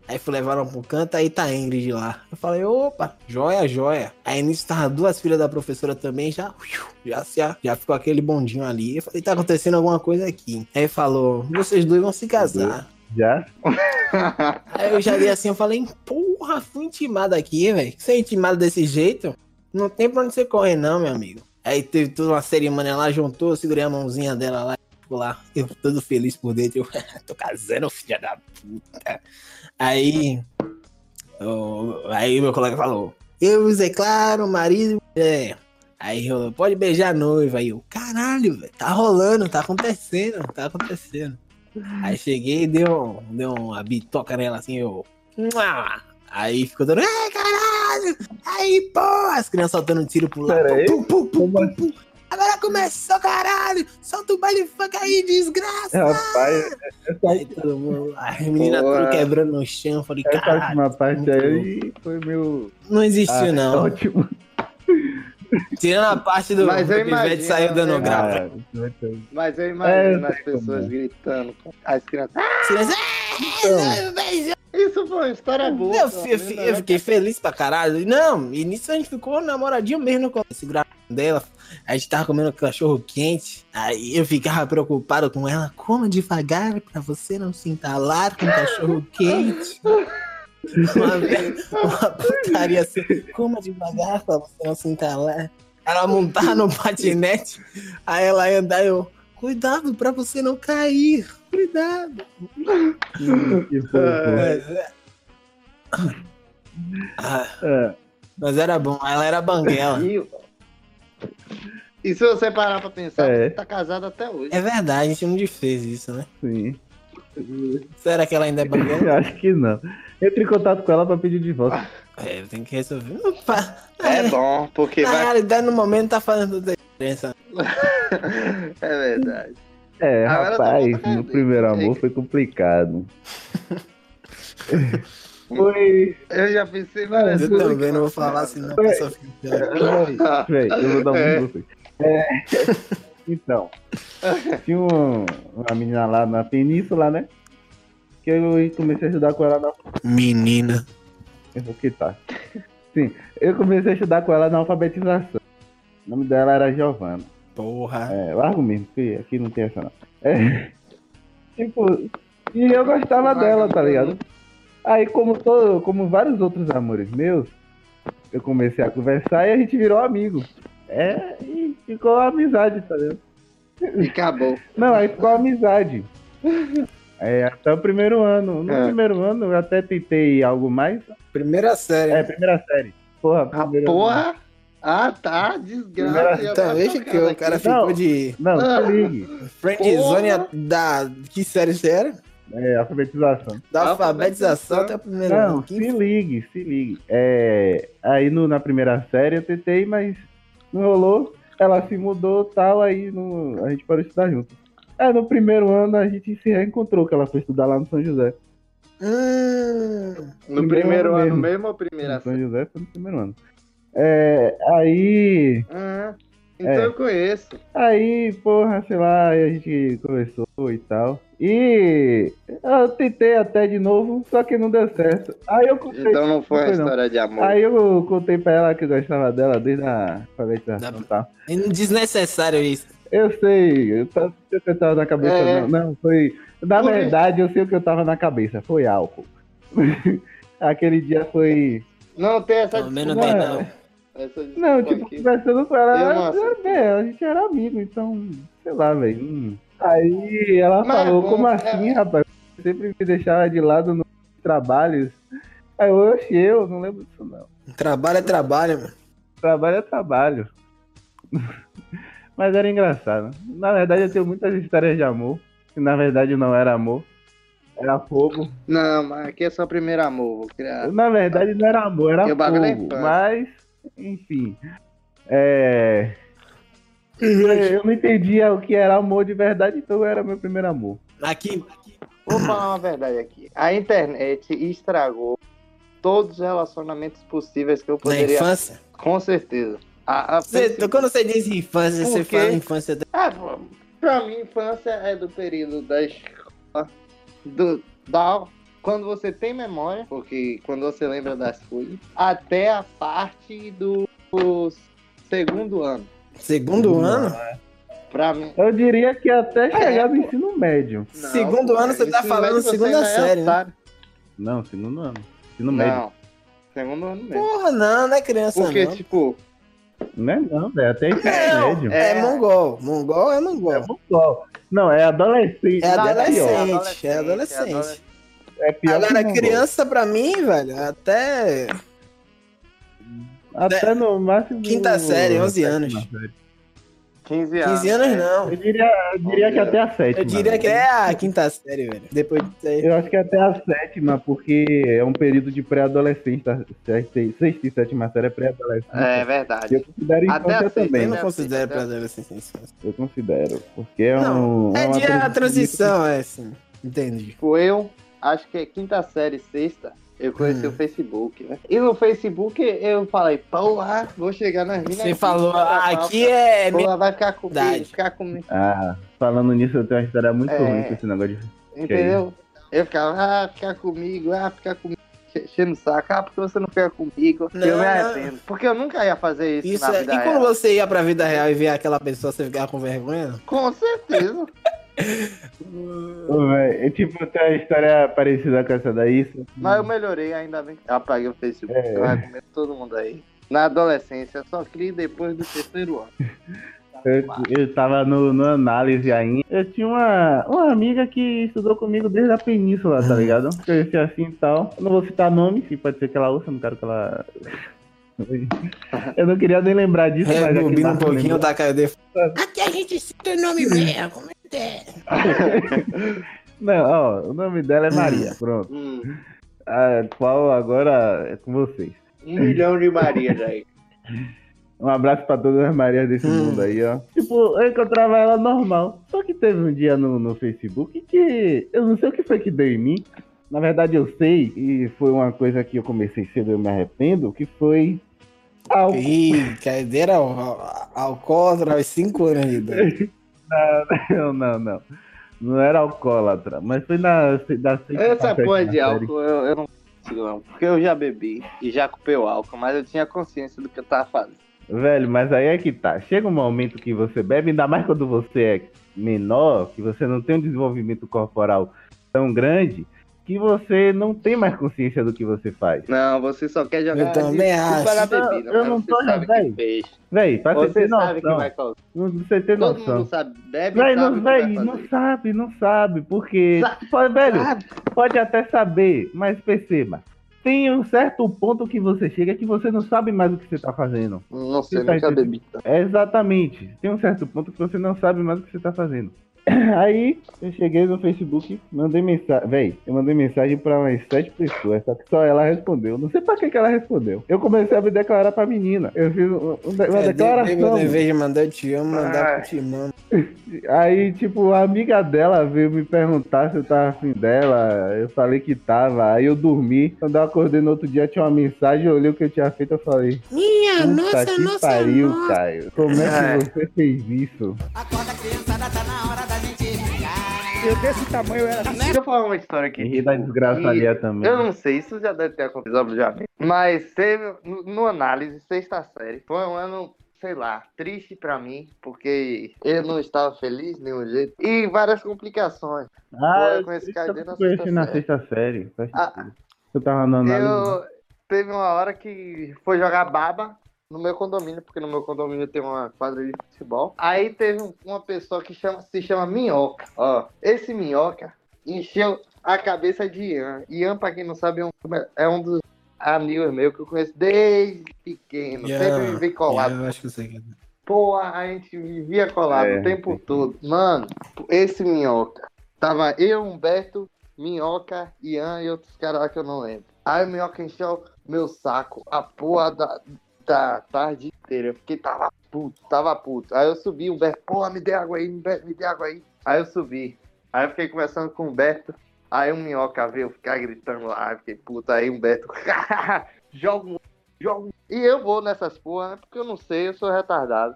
F: Aí fui levaram pro canto, aí tá a Ingrid lá. Eu falei, opa, joia, joia. Aí nisso tava duas filhas da professora também, já, uiu, já, se, a- já ficou aquele bondinho ali. Eu falei, tá acontecendo alguma coisa aqui. Aí falou, vocês dois vão se casar.
G: Já?
F: Aí eu já vi assim, eu falei, porra, fui intimado aqui, velho. Ser intimado desse jeito, não tem pra onde você correr, não, meu amigo. Aí teve toda uma cerimônia lá, juntou, eu segurei a mãozinha dela lá, ficou lá, eu todo feliz por dentro, eu tô casando, filha da puta. Aí, o- aí meu colega falou, eu e Zé Claro, marido e mulher. Aí eu, pode beijar a noiva. Aí eu, caralho, velho, tá rolando, tá acontecendo, tá acontecendo. Aí cheguei e dei, um, dei uma bitoca nela assim, eu. "Mua!" Aí ficou dando. Ai, caralho! Aí, pô! As crianças soltando um tiro pro lado.
G: Pera aí. é
F: Pum, pum, pum, pum, pum. Agora começou, caralho! Solta o baile funk aí, desgraça!
G: Rapaz,
F: É, Aí todo mundo, a menina
E: Boa. é
F: tudo quebrando no chão, eu falei,
G: essa
F: caralho,
G: última parte
F: muito
G: aí foi meu.
F: não existiu
G: Ah,
F: não.
G: Ótimo.
F: Tirando a parte do
E: é. Mas eu
F: do Pivete
E: imagino,
F: saiu dando
E: né,
F: grau.
G: Ah, muito bem.
E: Mas eu imagino
G: É,
E: as pessoas gritando, as crianças. Ah,
F: Silêncio, Então, É,
E: Isso foi uma história boa.
F: Eu,
E: pelo
F: fi- eu
E: menos,
F: fi-
E: né?
F: eu fiquei feliz pra caralho. Não, e nisso a gente ficou namoradinho mesmo né, no começo. Graças dela, a gente tava comendo cachorro quente. Aí eu ficava preocupado com ela. Coma devagar pra você não se entalar com cachorro quente. Uma, vez- uma putaria assim. Coma devagar pra você não se entalar. Ela montar no patinete. Aí ela ia andar eu. Cuidado pra você não cair. Cuidado.
G: Que fofo.
F: Mas é- Ah,
G: Ah,
F: mas era bom, ela era banguela.
E: E, tá e se você parar pra pensar, você
G: É.
E: tá casado até hoje.
F: É verdade, a gente não desfez isso, né?
G: sim.
F: Será que ela ainda é banguela?
G: Eu acho que não. Entre em contato com ela pra pedir divórcio.
E: Ah,
F: É, eu tenho que resolver. Não fa-
E: É bom, porque
F: Na
E: vai.
F: realidade, no momento, tá fazendo toda a diferença.
E: É verdade.
G: É,
E: Agora tá eu tô
G: rapaz,
E: voltando.
G: no primeiro amor foi complicado. Foi.
E: Eu já pensei várias
F: Eu
E: coisas
F: também
E: É, que- né?
F: não vou falar, senão a pessoa fica pior.
G: Peraí, eu vou dar um
E: É.
G: é. você. É, Então, tinha um- uma menina lá na península, né? Que eu comecei a ajudar com ela na
F: Menina.
G: Eu vou quitar. tá? Sim, eu comecei a estudar com ela na alfabetização. O nome dela era Giovana.
F: Porra.
G: É, largo mesmo, porque aqui não tem essa não. É, tipo, e eu gostava dela, tá
E: né?
G: ligado? Aí, como, todo, como vários outros amores meus, eu comecei a conversar e a gente virou amigo. É, e ficou amizade, tá ligado?
E: E acabou.
G: Não, aí ficou amizade. É, até o primeiro ano. No
E: É.
G: primeiro ano eu até tentei algo mais.
F: Primeira série.
G: É, primeira série. Porra,
E: Ah,
G: primeiro ano.
E: porra! Ah, tá, desgraça. já
F: Então,
E: tá
F: veja que
E: tocando
F: o cara
E: aqui.
F: ficou
G: Não.
F: de
G: Não,
E: Ah.
G: se ligue.
F: friendzone
E: Porra.
F: da... Que série você era?
G: É, alfabetização.
F: Da
E: Alfabetização.
F: alfabetização até o primeiro
G: Não,
F: ano.
G: se ligue, se ligue. É, aí no- na primeira série eu tentei, mas não rolou. Ela se mudou tal, aí não- a gente parou de estudar junto. Aí no primeiro ano a gente se reencontrou, que ela foi estudar lá no São José.
F: Hum,
E: No primeiro ano
G: mesmo.
E: mesmo ou primeira
G: No São José foi no primeiro ano. É, aí,
E: Ah, então
G: É.
E: eu conheço.
G: aí, porra, sei lá, aí a gente conversou e tal. E eu tentei até de novo, só que não deu certo. Aí eu contei,
E: Então não foi
G: Não
E: uma
G: foi, não.
E: história de amor.
G: aí eu contei pra ela que eu gostava dela desde a alfabetização e tal.
F: É desnecessário isso.
G: Eu sei, eu tá- não sei o que eu tava na cabeça,
E: É.
G: não. Não, foi. Na
E: Por quê?
G: verdade, eu sei o que eu tava na cabeça, foi álcool. Aquele dia foi.
E: Não tem essa
F: Pelo menos
E: discussão.
G: não
F: tem
G: é.
F: não.
E: Essa discussão
G: Não, tipo,
E: aqui.
G: conversando com ela,
E: Eu não
G: ela-
E: aceito.
G: é, a gente era amigo, então, sei lá, velho. hum. Aí ela
E: Mas é
G: falou,
E: bom,
G: como
E: é.
G: assim, rapaz? Você sempre me deixava de lado nos trabalhos. Aí eu, oxe, eu não lembro disso, não.
F: Trabalho é trabalho, mano.
G: Trabalho é trabalho. Mas era engraçado. Na verdade, eu tenho muitas histórias de amor. Que na verdade não era amor. Era fogo.
E: Não, mas aqui é só primeiro amor. Vou criar.
G: Na verdade, não era amor, era
E: E o bagulho é
G: fogo.
E: infância.
G: Mas, enfim. É. Eu não entendia o que era amor de verdade, então era meu primeiro amor.
F: Aqui,
E: Vou falar uma verdade aqui. A internet estragou todos os relacionamentos possíveis que eu
F: na
E: poderia.
F: infância. tá-
E: Com certeza. A, a
F: Você-
E: principal-
F: quando você diz infância,
E: Por
F: você
E: quê?
F: fala infância da
E: Ah, pô, pra mim, infância é do período da escola. Do, da, quando você tem memória, porque quando você lembra das coisas, até a parte do, do segundo ano.
F: segundo
G: Não,
F: ano.
E: Pra mim.
G: Eu diria que até chegar no
E: É, pô.
G: ensino médio.
E: não,
F: Segundo
E: pô,
F: ano, você tá
E: ensino
F: falando
E: médio você
F: segunda
E: ainda é
F: série, né?
E: otário.
G: Não, segundo ano. Ensino médio.
E: Não. Segundo ano mesmo.
F: Porra, não, não é criança,
E: Porque,
F: não.
E: tipo,
G: Não é não, velho. Até ensino
F: Não,
G: médio.
F: é,
E: É.
F: mongol. Mongol é mongol.
G: Pessoal, Não, é adolescente.
F: É
G: né? pior.
F: adolescente, é
E: é
F: adolescente.
E: adolescente.
G: É pior que
F: Agora,
G: não
F: criança pra mim, velho, até
G: gosto. Até no máximo.
F: Quinta série, 11 anos.
G: Sétima série.
E: 15 anos.
F: 15 anos
E: né?
F: não.
G: Eu diria, eu diria que até a sétima.
F: Eu diria que é a quinta série, velho. Depois disso aí.
G: Eu acho que até a sétima, porque é um período de pré-adolescente. tá? Sexta e sexta e sétima série é pré-adolescente.
E: É verdade.
G: Eu considero
E: Até
G: infância
E: a sexta,
F: Eu
G: também.
F: não
E: né?
F: considero pra adolescência infância.
G: Eu considero. Porque é um.
F: É
G: uma
F: de a transição, é assim. Entendi.
E: Tipo, eu acho que é quinta série, sexta, eu conheci
F: Hum.
E: o Facebook, né? E no Facebook eu falei, porra, vou chegar nas minas.
F: Você falou,
E: cara,
F: "Ah, aqui é
E: Porra,
F: minha
E: vai ficar comigo,
F: Verdade.
E: ficar comigo.
G: Ah, falando nisso, eu tenho uma história muito
E: É.
G: ruim com esse negócio de.
E: Entendeu? Eu ficava, ah, ficar comigo, ah, ficar comigo. che- Enchendo o saco, ah, porque você não fica comigo.
F: Não,
E: eu me
F: não.
E: arrependo. Porque eu nunca ia fazer isso,
F: Isso
E: na
F: é...
E: vida
F: E quando
E: real.
F: você ia pra vida real e via aquela pessoa, você ficava com vergonha?
E: Com certeza.
G: Ô, véi, é tipo, tem uma história parecida com essa daí. só que-
E: Mas eu melhorei, ainda bem que eu apaguei o Facebook.
G: É.
E: Eu recomendo todo mundo aí. Na adolescência, só crie depois do terceiro ano.
G: Eu, eu tava no, no análise ainda. Eu tinha uma, uma amiga que estudou comigo desde a península,
F: Ah.
G: tá ligado? Conheci assim e tal. Eu não vou citar nome, se pode ser que ela ouça, não quero que ela. Eu não queria nem lembrar disso, mas tá já que
F: Rebobina um
G: Marco
F: pouquinho
G: lembrou,
F: da KD.
G: Não, ó, o nome dela é Maria, pronto.
E: Hum,
G: A qual agora é com vocês.
E: um milhão de Marias aí.
G: Um abraço pra todas as Marias desse
F: Hum.
G: mundo aí, ó. Tipo, eu encontrava ela normal. Só que teve um dia no, no Facebook que eu não sei o que foi que deu em mim. Na verdade, eu sei, e foi uma coisa que eu comecei cedo e eu me arrependo, que foi álcool.
F: Ih, KD era al- al- alcoólatra aos 5 anos de idade.
G: Não, não, não. Não era alcoólatra, mas foi na... da sexta
E: Essa
G: pra
E: porra
G: sétima
E: de
G: série.
E: álcool eu, eu não consigo, não. Porque eu já bebi e já culpei o álcool, mas eu tinha consciência do que eu tava fazendo.
G: Velho, mas aí é que tá. Chega um momento que você bebe, ainda mais quando você é menor, que você não tem um desenvolvimento corporal tão grande, que você não tem mais consciência do que você faz.
E: Não, você só quer jogar.
F: Eu também acho.
E: Para
G: Não,
E: bebida,
G: eu
E: mas
G: não
E: você
G: tô,
E: sabe
G: véi.
E: que fez.
G: Véi, pra você
E: Você
G: ter
E: sabe que
G: noção.
E: vai causar.
G: Não pra você ter
E: Todo
G: noção.
E: mundo sabe, bebe,
G: Véi,
E: sabe,
G: não,
E: o que vai
G: véi, não
E: fazer.
G: sabe, não sabe, porque.
E: Sa-
G: Pô, velho,
E: Sabe?
G: pode até saber, mas perceba. Tem um certo ponto que você chega que você não sabe mais o que você tá fazendo.
E: Não
G: Você
E: sei,
G: tá
E: nunca
G: entendendo?
E: bebi. tanto.
G: É exatamente. Tem um certo ponto que você não sabe mais o que você tá fazendo. Aí eu cheguei no Facebook, mandei mensagem. Véi, eu mandei mensagem pra umas sete pessoas, só que só ela respondeu. Não sei pra que, que ela respondeu. Eu comecei a me declarar pra menina. Eu fiz um- um- uma
F: É, dei- dei meu
G: declaração.
F: dever de mandar eu te amo, mandar
E: Ai.
F: pro Timão.
G: Aí, tipo, a amiga dela veio me perguntar se eu tava afim dela. Eu falei que tava. Aí eu dormi. Quando eu acordei no outro dia, tinha uma mensagem. Eu olhei o que eu tinha feito. Eu falei: Minha, nossa, que pariu, Caio. Como é que você fez isso?
C: Acorda, criançada, tá na hora da gente brincar.
B: Eu desse tamanho era assim.
E: Deixa eu falar uma história aqui.
G: Ri da desgraça ali também.
E: Eu não sei, isso já deve ter acontecido, obviamente. Mas teve, no, no análise, sexta série, foi um ano, sei lá, triste pra mim, porque eu não estava feliz de nenhum jeito. E várias complicações.
G: Ah,
E: eu conheci Caio
G: eu
E: na
G: conheci na
E: sexta
G: sexta série. faz
E: Ah.
G: sentido. Eu tava na análise.
E: Eu teve uma hora que foi jogar baba no meu condomínio, porque no meu condomínio tem uma quadra de futebol. Aí teve um- uma pessoa que chama- se chama Minhoca. Ó, esse Minhoca encheu a cabeça de Ian. Ian, pra quem não sabe, é um, é um dos amigos meus que eu conheço desde pequeno.
F: Yeah,
E: Sempre vivi colado.
F: Eu acho que eu sei. quem é.
E: Porra, a gente vivia colado
G: É,
E: o tempo todo. Mano, esse minhoca. Tava eu, Humberto, minhoca, Ian e outros caras lá que eu não lembro. Aí o minhoca encheu meu saco. A porra da, da tarde inteira. Eu fiquei, tava puto, tava puto. Aí eu subi, Humberto, porra, me dê água aí, me dê, me dê água aí. Aí eu subi. Aí eu fiquei conversando com o Humberto. Aí o minhoca veio ficar gritando lá. Eu fiquei puto. Aí o Humberto, joga um, joga um e eu vou nessas porra, né? Porque eu não sei, eu sou retardado.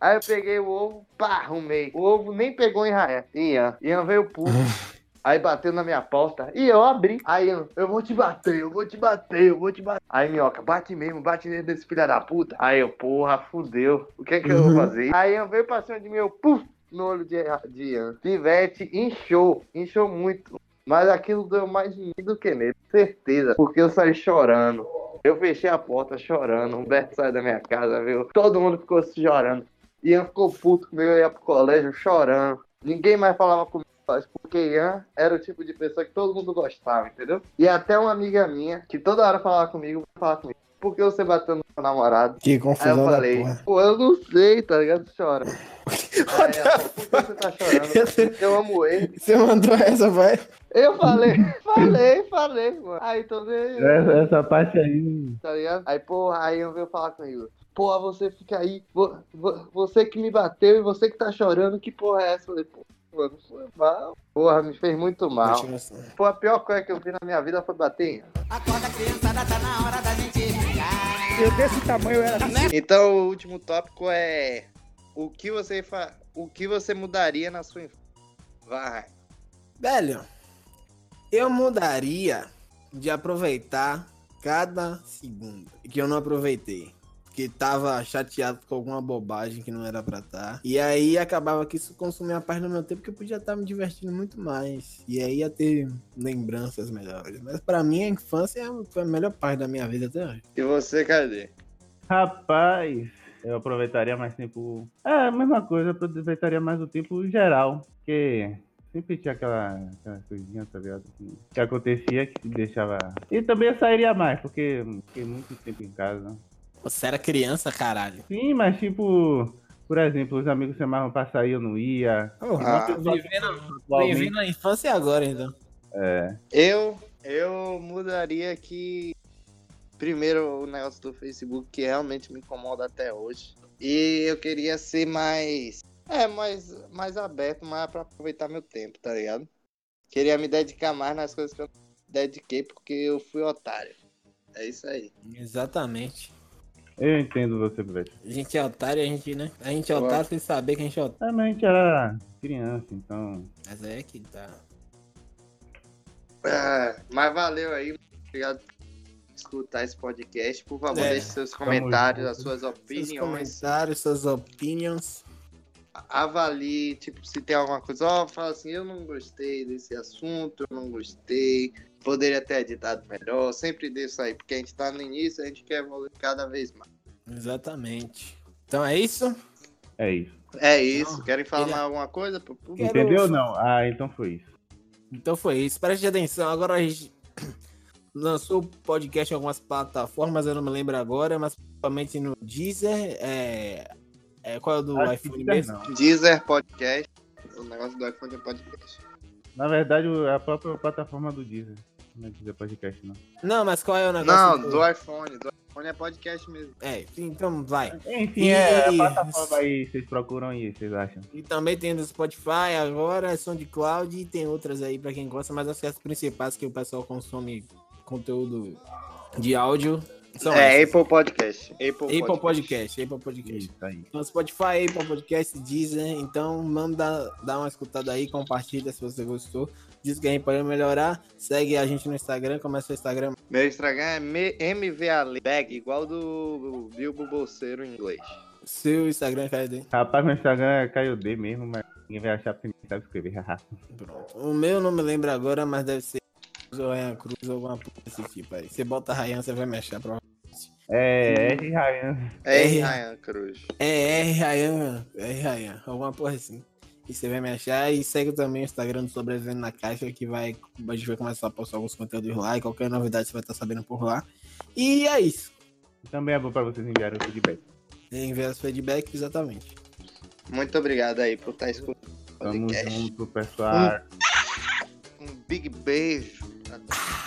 E: Aí eu peguei o ovo, pá, arrumei. O ovo nem pegou em Raé. Ian. Ian veio puto. Aí bateu na minha porta e eu abri. Aí Ian, eu vou te bater, eu vou te bater, eu vou te bater. Aí minhoca, bate mesmo, bate mesmo nesse filho da puta. Aí eu, porra, fudeu. O que é que eu vou
F: Uhum.
E: fazer? Aí Ian veio pra cima de mim, eu, puf, no olho de, de Ian. Pivete inchou, inchou muito. Mas aquilo deu mais em mim do que nele, certeza. Porque eu saí chorando. Eu fechei a porta chorando. O Humberto saiu da minha casa, viu? Todo mundo ficou chorando. Ian ficou puto comigo, eu ia pro colégio chorando. Ninguém mais falava comigo, mais, porque Ian era o tipo de pessoa que todo mundo gostava, entendeu? E até uma amiga minha, que toda hora falava comigo, falava comigo. Por que você bateu no seu namorado?
F: é. Que
E: Aí eu
F: confusão da
E: falei,
F: porra.
E: pô, eu não sei, tá ligado? Chora. Aí ela falou, Por que você tá chorando? Eu amo ele.
F: Você mandou essa, vai?
E: Eu falei, falei, falei, mano. Aí todo mundo.
G: Essa, essa parte aí.
E: tá ligado? Aí, porra, aí eu veio falar comigo. Porra, você fica aí, vo- vo- você que me bateu e você que tá chorando, que porra é essa? Eu falei, porra, mano, foi mal. Porra, me fez muito mal.
F: Continuação.
E: Foi a pior coisa que eu vi na minha vida foi bater. em ela.
C: Acorda, criançada, tá na hora da gente Né? brincar.
B: Eu desse tamanho era assim.
E: Então, o último tópico é o que você fa... o que você mudaria na sua infância? Vai.
F: Velho, eu mudaria de aproveitar cada segundo que eu não aproveitei. Que tava chateado com alguma bobagem que não era pra estar. E aí acabava que isso consumia a parte do meu tempo que eu podia estar me divertindo muito mais. E aí ia ter lembranças melhores. Mas pra mim a infância foi a melhor parte da minha vida até hoje.
E: E você, cadê?
G: Rapaz, eu aproveitaria mais tempo. É, a mesma coisa, eu aproveitaria mais o tempo geral. Porque sempre tinha aquela, aquela coisinha, tá ligado? Que, que acontecia que deixava. E também eu sairia mais, porque fiquei muito tempo em casa.
F: Você era criança, caralho.
G: Sim, mas tipo, por exemplo, os amigos chamavam pra sair, eu não ia.
E: Ah.
F: vivendo,
G: Atualmente,
F: vivendo a infância agora, então.
G: É.
E: Eu, eu mudaria que primeiro o negócio do Facebook que realmente me incomoda até hoje. E eu queria ser mais é, mais mais aberto, mais para aproveitar meu tempo, tá ligado? Queria me dedicar mais nas coisas que eu não dediquei porque eu fui otário. É isso aí.
F: Exatamente.
G: Eu entendo você, Brett.
F: A gente é otário, a gente, né? A gente é
E: Claro.
F: otário sem saber que a gente é otário.
G: É, mas a gente era criança, então.
F: Mas é que tá.
E: Ah, mas valeu aí. Obrigado por escutar esse podcast. Por favor,
F: É,
E: deixe seus
G: tamo
E: comentários,
G: junto.
E: as suas
F: Seus
E: opiniões.
F: comentários, suas opinions.
E: avalie, tipo, se tem alguma coisa, ó, fala assim, eu não gostei desse assunto, eu não gostei, poderia ter editado melhor, sempre disso aí, porque a gente tá no início, a gente quer evoluir cada vez mais.
F: Exatamente. Então é isso?
G: É isso.
E: É isso, querem falar
F: ele-
E: mais alguma coisa pro público?
F: Quero-
G: Entendeu ou não? Ah, então foi isso.
F: Então foi isso. Preste atenção, agora a gente lançou o podcast em algumas plataformas, eu não me lembro agora, mas principalmente no Deezer. É... é, qual é o do
G: Acho que
F: iPhone
G: não.
F: mesmo?
E: Deezer Podcast, o negócio do iPhone é podcast.
G: Na verdade, o- é a própria plataforma do Deezer. Não é Deezer Podcast, não.
F: Não, mas qual é o negócio?
E: Não,
F: do-
E: do iPhone, do iPhone é podcast mesmo.
F: É, então vai.
G: Enfim, é a
F: E-
G: plataforma aí, vocês procuram aí, vocês acham.
F: E também tem do Spotify agora, SoundCloud e tem outras aí pra quem gosta, mas acho que as principais que o pessoal consome conteúdo de áudio são
E: é
F: essas.
E: Apple Podcast. Apple,
F: Apple Podcast, Apple Podcast.
G: Isso aí.
F: No Spotify, Apple Podcast, Deezer. Então, manda dar uma escutada aí, compartilha se você gostou. Diz que a gente pode melhorar. Segue a gente no Instagram, começa o Instagram.
E: Meu Instagram é me- MVALEG, igual do Bilbo Bolseiro em inglês.
F: Seu Instagram, Fred.
G: Rapaz, meu Instagram é KaiOD mesmo, mas ninguém vai achar porque ninguém sabe escrever. haha.
F: Pronto. O meu não me lembro agora, mas deve ser Cruz ou Ryan Cruz ou alguma coisa desse tipo aí. Você bota Ryan, você vai mexer. prova-
G: é, R. Ryan.
E: É
F: É.
E: Ryan Cruz.
F: É R Ryan, R Ryan, alguma porra assim. E você vai me achar e segue também o Instagram do Sobrevivendo na Caixa, que vai, a gente vai começar a postar alguns conteúdos lá e qualquer novidade você vai estar sabendo por lá. E é isso.
G: Também é bom pra vocês enviarem o feedback.
F: Enviar os feedbacks, exatamente.
E: Muito obrigado aí por estar escutando o
G: Tamo
E: podcast.
G: junto, pessoal.
E: Um big beijo. a todos.